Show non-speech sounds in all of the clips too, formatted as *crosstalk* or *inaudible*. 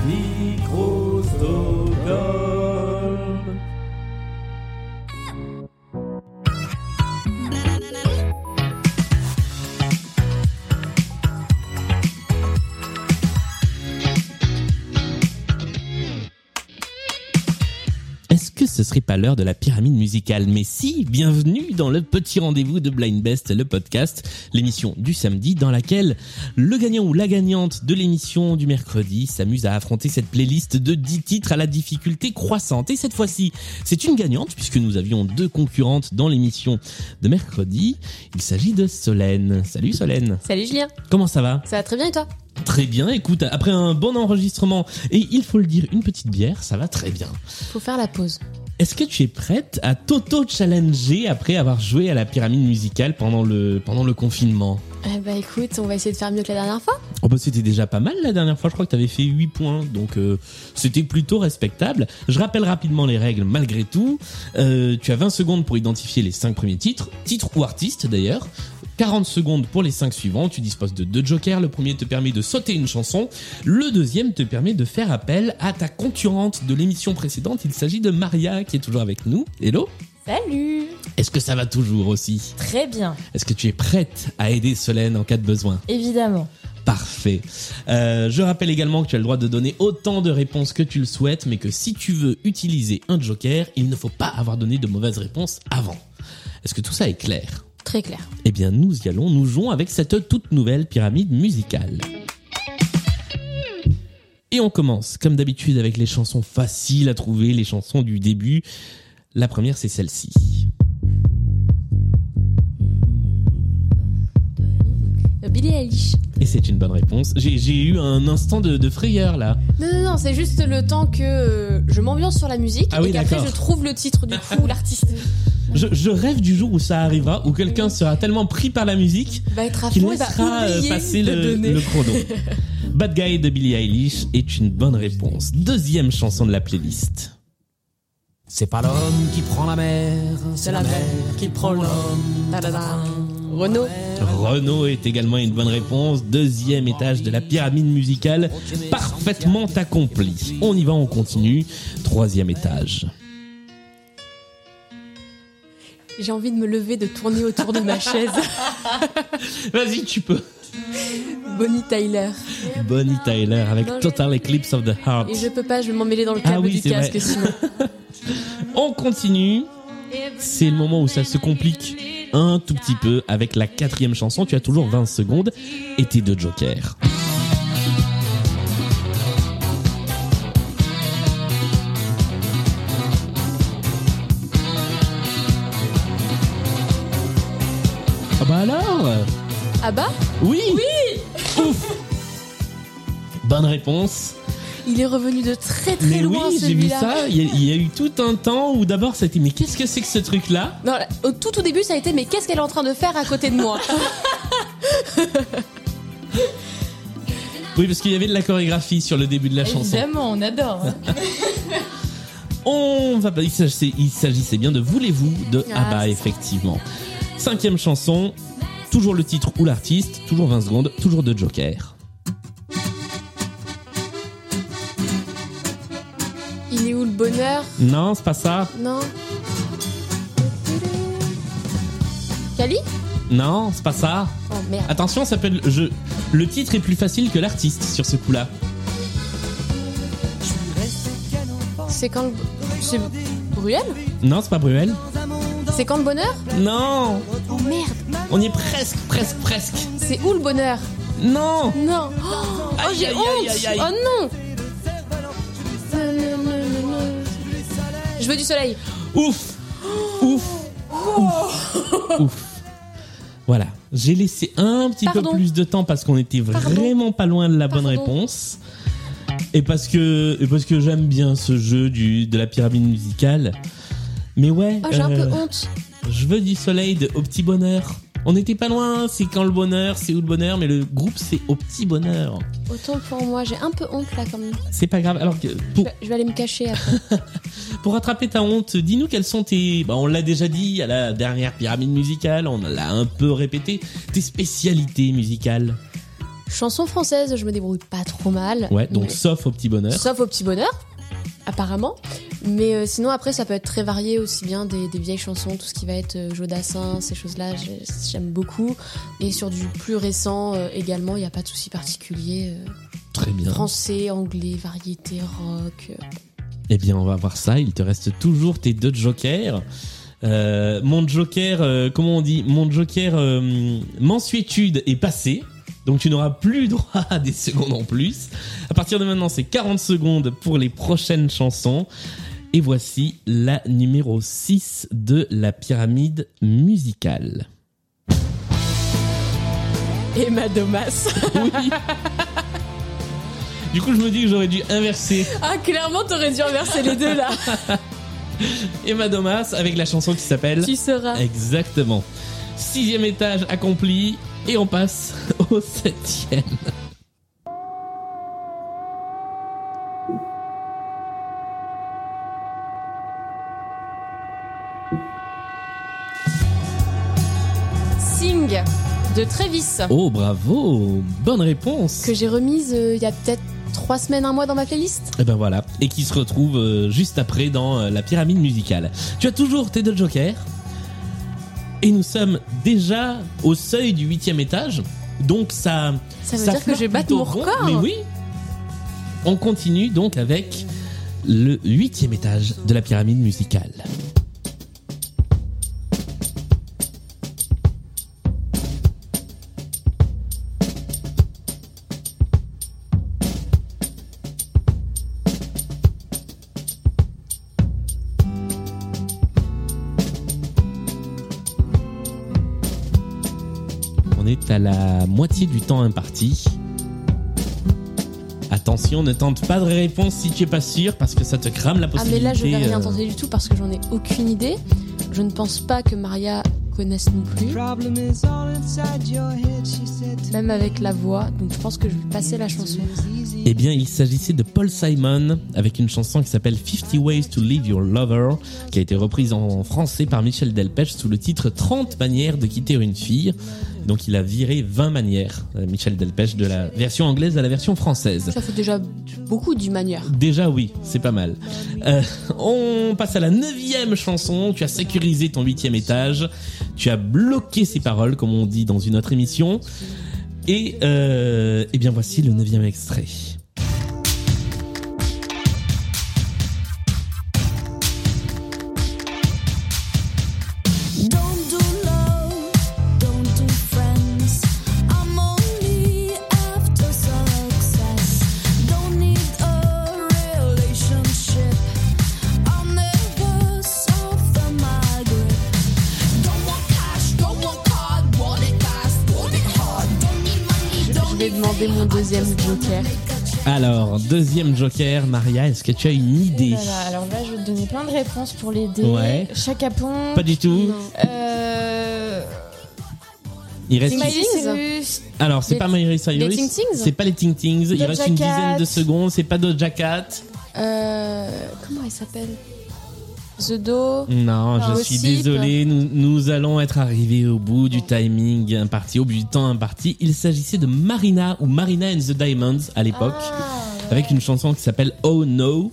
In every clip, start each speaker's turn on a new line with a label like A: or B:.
A: Micro Stockholm.
B: Est-ce que ce serait pas l'heure de la pyramide musicale Mais si, bienvenue dans le petit rendez-vous de Blind Best, le podcast, l'émission du samedi dans laquelle le gagnant ou la gagnante de l'émission du mercredi s'amuse à affronter cette playlist de 10 titres à la difficulté croissante. Et cette fois-ci, c'est une gagnante puisque nous avions deux concurrentes dans l'émission de mercredi. Il s'agit de Solène. Salut Solène.
C: Salut Julien,
B: Comment ça va
C: ça va très bien et toi
B: Très bien. Écoute, après un bon enregistrement et il faut le dire, une petite bière, ça va très bien.
C: Faut faire la pause.
B: Est-ce que tu es prête à t'auto-challenger après avoir joué à la pyramide musicale pendant le, pendant le confinement
C: Eh bah écoute, on va essayer de faire mieux que la dernière fois.
B: Oh bah c'était déjà pas mal la dernière fois, je crois que t'avais fait 8 points, donc euh, c'était plutôt respectable. Je rappelle rapidement les règles malgré tout. Euh, tu as 20 secondes pour identifier les 5 premiers titres, titres ou artistes d'ailleurs. 40 secondes pour les 5 suivants, tu disposes de deux jokers, le premier te permet de sauter une chanson, le deuxième te permet de faire appel à ta concurrente de l'émission précédente, il s'agit de Maria qui est toujours avec nous. Hello
C: Salut
B: Est-ce que ça va toujours aussi
C: Très bien,
B: Est-ce que tu es prête à aider Solène en cas de besoin
C: évidemment.
B: Parfait. Euh, je rappelle également que tu as le droit de donner autant de réponses que tu le souhaites, mais que si tu veux utiliser un joker, il ne faut pas avoir donné de mauvaises réponses avant. Est-ce que tout ça est clair
C: Très clair.
B: Eh bien, nous y allons, nous jouons avec cette toute nouvelle pyramide musicale. Et on commence, comme d'habitude, avec les chansons faciles à trouver, les chansons du début. La première, c'est celle-ci.
C: Euh, Billie Eilish.
B: Et c'est une bonne réponse. J'ai j'ai eu un instant de, de frayeur là.
C: Non, non, non, c'est juste le temps que euh, je m'ambiance sur la musique
B: Ah oui,
C: et qu'après
B: d'accord.
C: je trouve le titre du
B: *laughs*
C: coup ou l'artiste
B: Je, je rêve du jour où ça arrivera, où quelqu'un sera tellement pris par la musique
C: va être à
B: qu'il
C: fond et va
B: laissera euh,
C: oublier
B: passer
C: de
B: le,
C: donner.
B: le
C: *laughs*
B: chrono. Bad Guy de Billie Eilish est une bonne réponse. Deuxième chanson de la playlist.
D: C'est pas l'homme qui prend la mer, c'est la, mer qui prend l'homme.
C: Ta-da-da. Renaud.
B: Renault est également une bonne réponse. Deuxième étage de la pyramide musicale, parfaitement accompli. On y va, on continue. Troisième étage.
C: J'ai envie de me lever, de tourner autour de ma
B: *laughs*
C: chaise.
B: Vas-y, tu peux.
C: Bonnie Tyler.
B: Bonnie Tyler avec Total Eclipse of the Heart.
C: Et je peux pas, je vais m'emmêler dans le
B: Ah
C: câble
B: oui,
C: du
B: c'est vrai.
C: casque
B: *laughs*
C: sinon.
B: On continue. C'est le moment où ça se complique un tout petit peu avec la quatrième chanson. Tu as toujours 20 secondes et tes deux jokers. Ah bah alors
C: Ah bah
B: Oui Oui Ouf Bonne réponse.
C: Il est revenu de très très
B: Mais oui,
C: loin
B: j'ai vu
C: celui-là.
B: ça. Il y, a, il y a eu tout un temps où d'abord c'était mais qu'est-ce que c'est que ce truc-là
C: Non, là, au tout au début, ça a été mais qu'est-ce qu'elle est en train de faire à côté de moi
B: Oui, parce qu'il y avait de la chorégraphie sur le début de la *laughs* chanson.
E: Évidemment, on adore. hein.
B: On va pas. Il s'agissait, il s'agissait bien de Voulez-vous de
C: Ah,
B: Abba,
C: c'est ça.
B: effectivement. Cinquième chanson, toujours le titre ou l'artiste, toujours 20 secondes, toujours de Joker.
C: Il est où le bonheur
B: Non, c'est pas ça.
C: Non. Cali
B: Non, c'est pas ça.
C: Oh merde.
B: Attention, ça peut être. Je... Le titre est plus facile que l'artiste sur ce coup-là.
C: C'est quand le. C'est Bruel
B: Non, c'est pas Bruel.
C: C'est quand le bonheur
B: Non
C: Oh merde
B: On y est presque, presque, presque.
C: C'est où le bonheur
B: Non
C: Non Oh, oh,
B: Aïe,
C: j'ai
B: aïe,
C: honte
B: aïe, aïe, aïe.
C: Oh non Je veux du soleil
B: Ouf Ouf Ouf
C: Oh.
B: Ouf Voilà. J'ai laissé un petit
C: Pardon.
B: peu plus de temps parce qu'on était
C: Pardon.
B: vraiment pas loin de la bonne
C: Pardon.
B: réponse. Et parce que, et parce que j'aime bien ce jeu du, de la pyramide musicale. Mais ouais,
C: Oh, j'ai un
B: euh,
C: peu honte
B: je veux du soleil de Au Petit Bonheur. On n'était pas loin, c'est quand le bonheur, c'est où le bonheur, mais le groupe c'est Au Petit Bonheur.
C: Autant pour moi, j'ai un peu honte là quand même.
B: C'est pas grave. Alors que
C: Je
B: pour,
C: vais- Bah, Je vais aller me cacher après.
B: Pour rattraper ta honte, dis-nous quels sont tes... Bah, on l'a déjà dit à la dernière pyramide musicale, on l'a un peu répété, tes spécialités musicales.
C: Chanson française, je me débrouille pas trop mal.
B: Ouais, donc
C: Mais-
B: sauf au petit bonheur.
C: Sauf au petit bonheur, apparemment. Mais euh, sinon, après, ça peut être très varié aussi bien des, des vieilles chansons, tout ce qui va être euh, Jodassin, ces choses-là, j'ai- j'aime beaucoup. Et sur du plus récent euh, également, il n'y a pas de souci particulier. euh,
B: Très bien.
C: français, anglais, variété, rock. euh,
B: Eh bien, on va voir ça. Il te reste toujours tes deux jokers. Euh, mon joker, euh, comment on dit Mon joker euh, mensuétude est passé. Donc tu n'auras plus droit à des secondes en plus. À partir de maintenant, c'est 40 secondes pour les prochaines chansons. Et voici la numéro 6 de la pyramide musicale.
C: Emma Domas.
B: Oui. du coup, je me dis que j'aurais dû inverser
C: *laughs* ah, clairement, t'aurais dû inverser les
B: *laughs*
C: deux là.
B: Emma Domas avec la chanson qui s'appelle
C: tu seras.
B: Exactement. Sixième étage accompli et on passe *laughs* au septième.
C: Sing de Travis.
B: Oh bravo, bonne réponse.
C: Que j'ai remise euh, il y a peut-être trois semaines, un mois dans ma playlist.
B: Et ben voilà, et qui se retrouve euh, juste après dans euh, la pyramide musicale. Tu as toujours tes deux jokers et nous sommes déjà au seuil du huitième étage, donc ça.
C: Ça veut
B: ça
C: dire que
B: flirte
C: je vais battre
B: plutôt
C: mon
B: bon.
C: record.
B: Mais oui. On continue donc avec le huitième étage de la pyramide musicale. On est à la moitié du temps imparti. Attention, ne tente pas de réponse si tu es pas sûr parce que ça te crame la
C: Ah mais
B: possibilité.
C: là je vais rien
B: euh,
C: tenter du tout parce que j'en ai aucune idée. Je ne pense pas que Maria connaisse non plus,
A: Problem is all inside your head, she said to
C: même avec la voix. Donc je pense que je vais passer la chanson.
B: Eh bien, il s'agissait de Paul Simon avec une chanson qui s'appelle 50 Ways to Leave Your Lover, qui a été reprise en français par Michel Delpech sous le titre 30 manières de quitter une fille. Donc, il a viré 20 manières, euh, Michel Delpech, de la version anglaise à la version française.
C: Ça fait déjà beaucoup d'une manière.
B: Déjà oui, c'est pas mal. Euh, on passe à la neuvième chanson. Tu as sécurisé ton huitième étage. Tu as bloqué ces paroles, comme on dit dans une autre émission. Et euh, eh bien voici le neuvième extrait.
E: Don't do love, don't do friends. I'm only after success. Don't need a relationship. I'm never soft on my grip. Don't want cash, don't want card, want it fast, want it hard. Don't need money,
C: Je
E: don't
C: vais
E: need
C: demander mon deuxième joker.
B: Alors deuxième Joker, Maria, est-ce que tu as une idée
F: Voilà, alors Oh là, je vais te donner plein de réponses pour l'aider.
B: Ouais.
F: Chacapon.
B: Pas du tout.
F: Euh,
B: Il reste.
F: Miley
C: Things.
F: Cyrus.
B: Alors c'est
C: Les-
B: pas Miley Cyrus.
C: les Ting Tings
B: C'est pas les Ting Tings. Il
F: Doja
B: reste une
F: Cat.
B: dizaine de secondes. C'est pas Doja Cat.
C: Euh, comment elle s'appelle The Do.
B: Non,
F: Enfin,
B: je
F: aussi,
B: suis désolé, nous, nous allons être arrivés au bout du timing imparti, au bout du temps imparti. Il s'agissait de Marina ou Marina and the Diamonds à l'époque,
C: Ah,
B: avec une chanson qui s'appelle Oh No.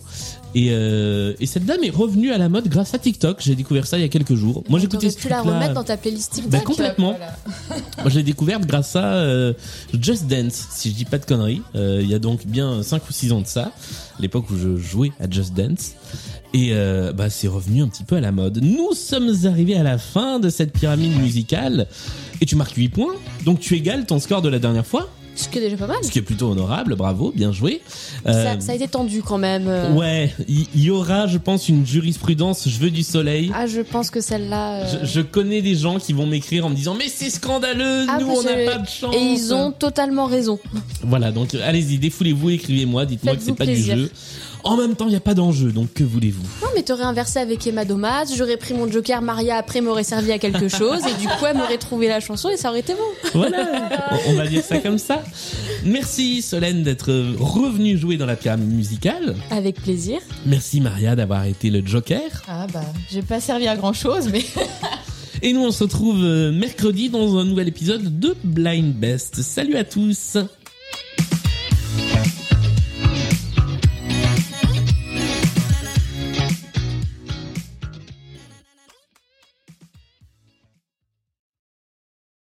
B: Et, euh, et cette dame est revenue à la mode grâce à TikTok. J'ai découvert ça il y a quelques jours. Moi, j'écoutais
C: T'aurais
B: ce
C: pu la
B: truc-là.
C: remettre dans ta playlist TikTok.
B: Bah, complètement.
C: *laughs*
B: Moi, je l'ai découverte grâce à euh, Just Dance, si je dis pas de conneries. Euh, Il y a donc bien 5 ou 6 ans de ça, l'époque où je jouais à Just Dance. Et euh, bah, c'est revenu un petit peu à la mode. Nous sommes arrivés à la fin de cette pyramide musicale. Et tu marques 8 points. Donc tu égales ton score de la dernière fois.
C: Ce qui est déjà pas mal.
B: Ce qui est plutôt honorable. Bravo, bien joué. Euh,
C: Ça, ça a été tendu quand même. euh.
B: Ouais, il il y, aura, je pense, une jurisprudence. Je veux du soleil.
C: Ah, je pense que celle-là. euh,
B: Je, je connais des gens qui vont m'écrire en me disant mais c'est scandaleux,
C: Ah,
B: nous
C: parce
B: on n'a
C: que-
B: pas de chance.
C: Et ils
B: euh,
C: ont totalement raison.
B: Voilà, donc euh, allez-y, défoulez-vous, écrivez-moi, dites-moi que c'est
C: Faites-vous
B: pas
C: plaisir.
B: du jeu. En même temps, il n'y a pas d'enjeu, donc que voulez-vous
C: Non, mais t'aurais inversé avec Emma Domas, j'aurais pris mon joker, Maria après m'aurait servi à quelque chose, et du coup elle m'aurait trouvé la chanson et ça aurait été bon. *laughs*
B: Voilà, on, on va dire ça comme ça. Merci Solène d'être revenue jouer dans la pyramide musicale.
C: Avec plaisir.
B: Merci Maria d'avoir été le joker.
F: Ah bah, j'ai pas servi à grand chose,
C: *laughs*
F: mais.
B: Et nous, on se retrouve euh, mercredi dans un nouvel épisode de Blind Best. Salut à tous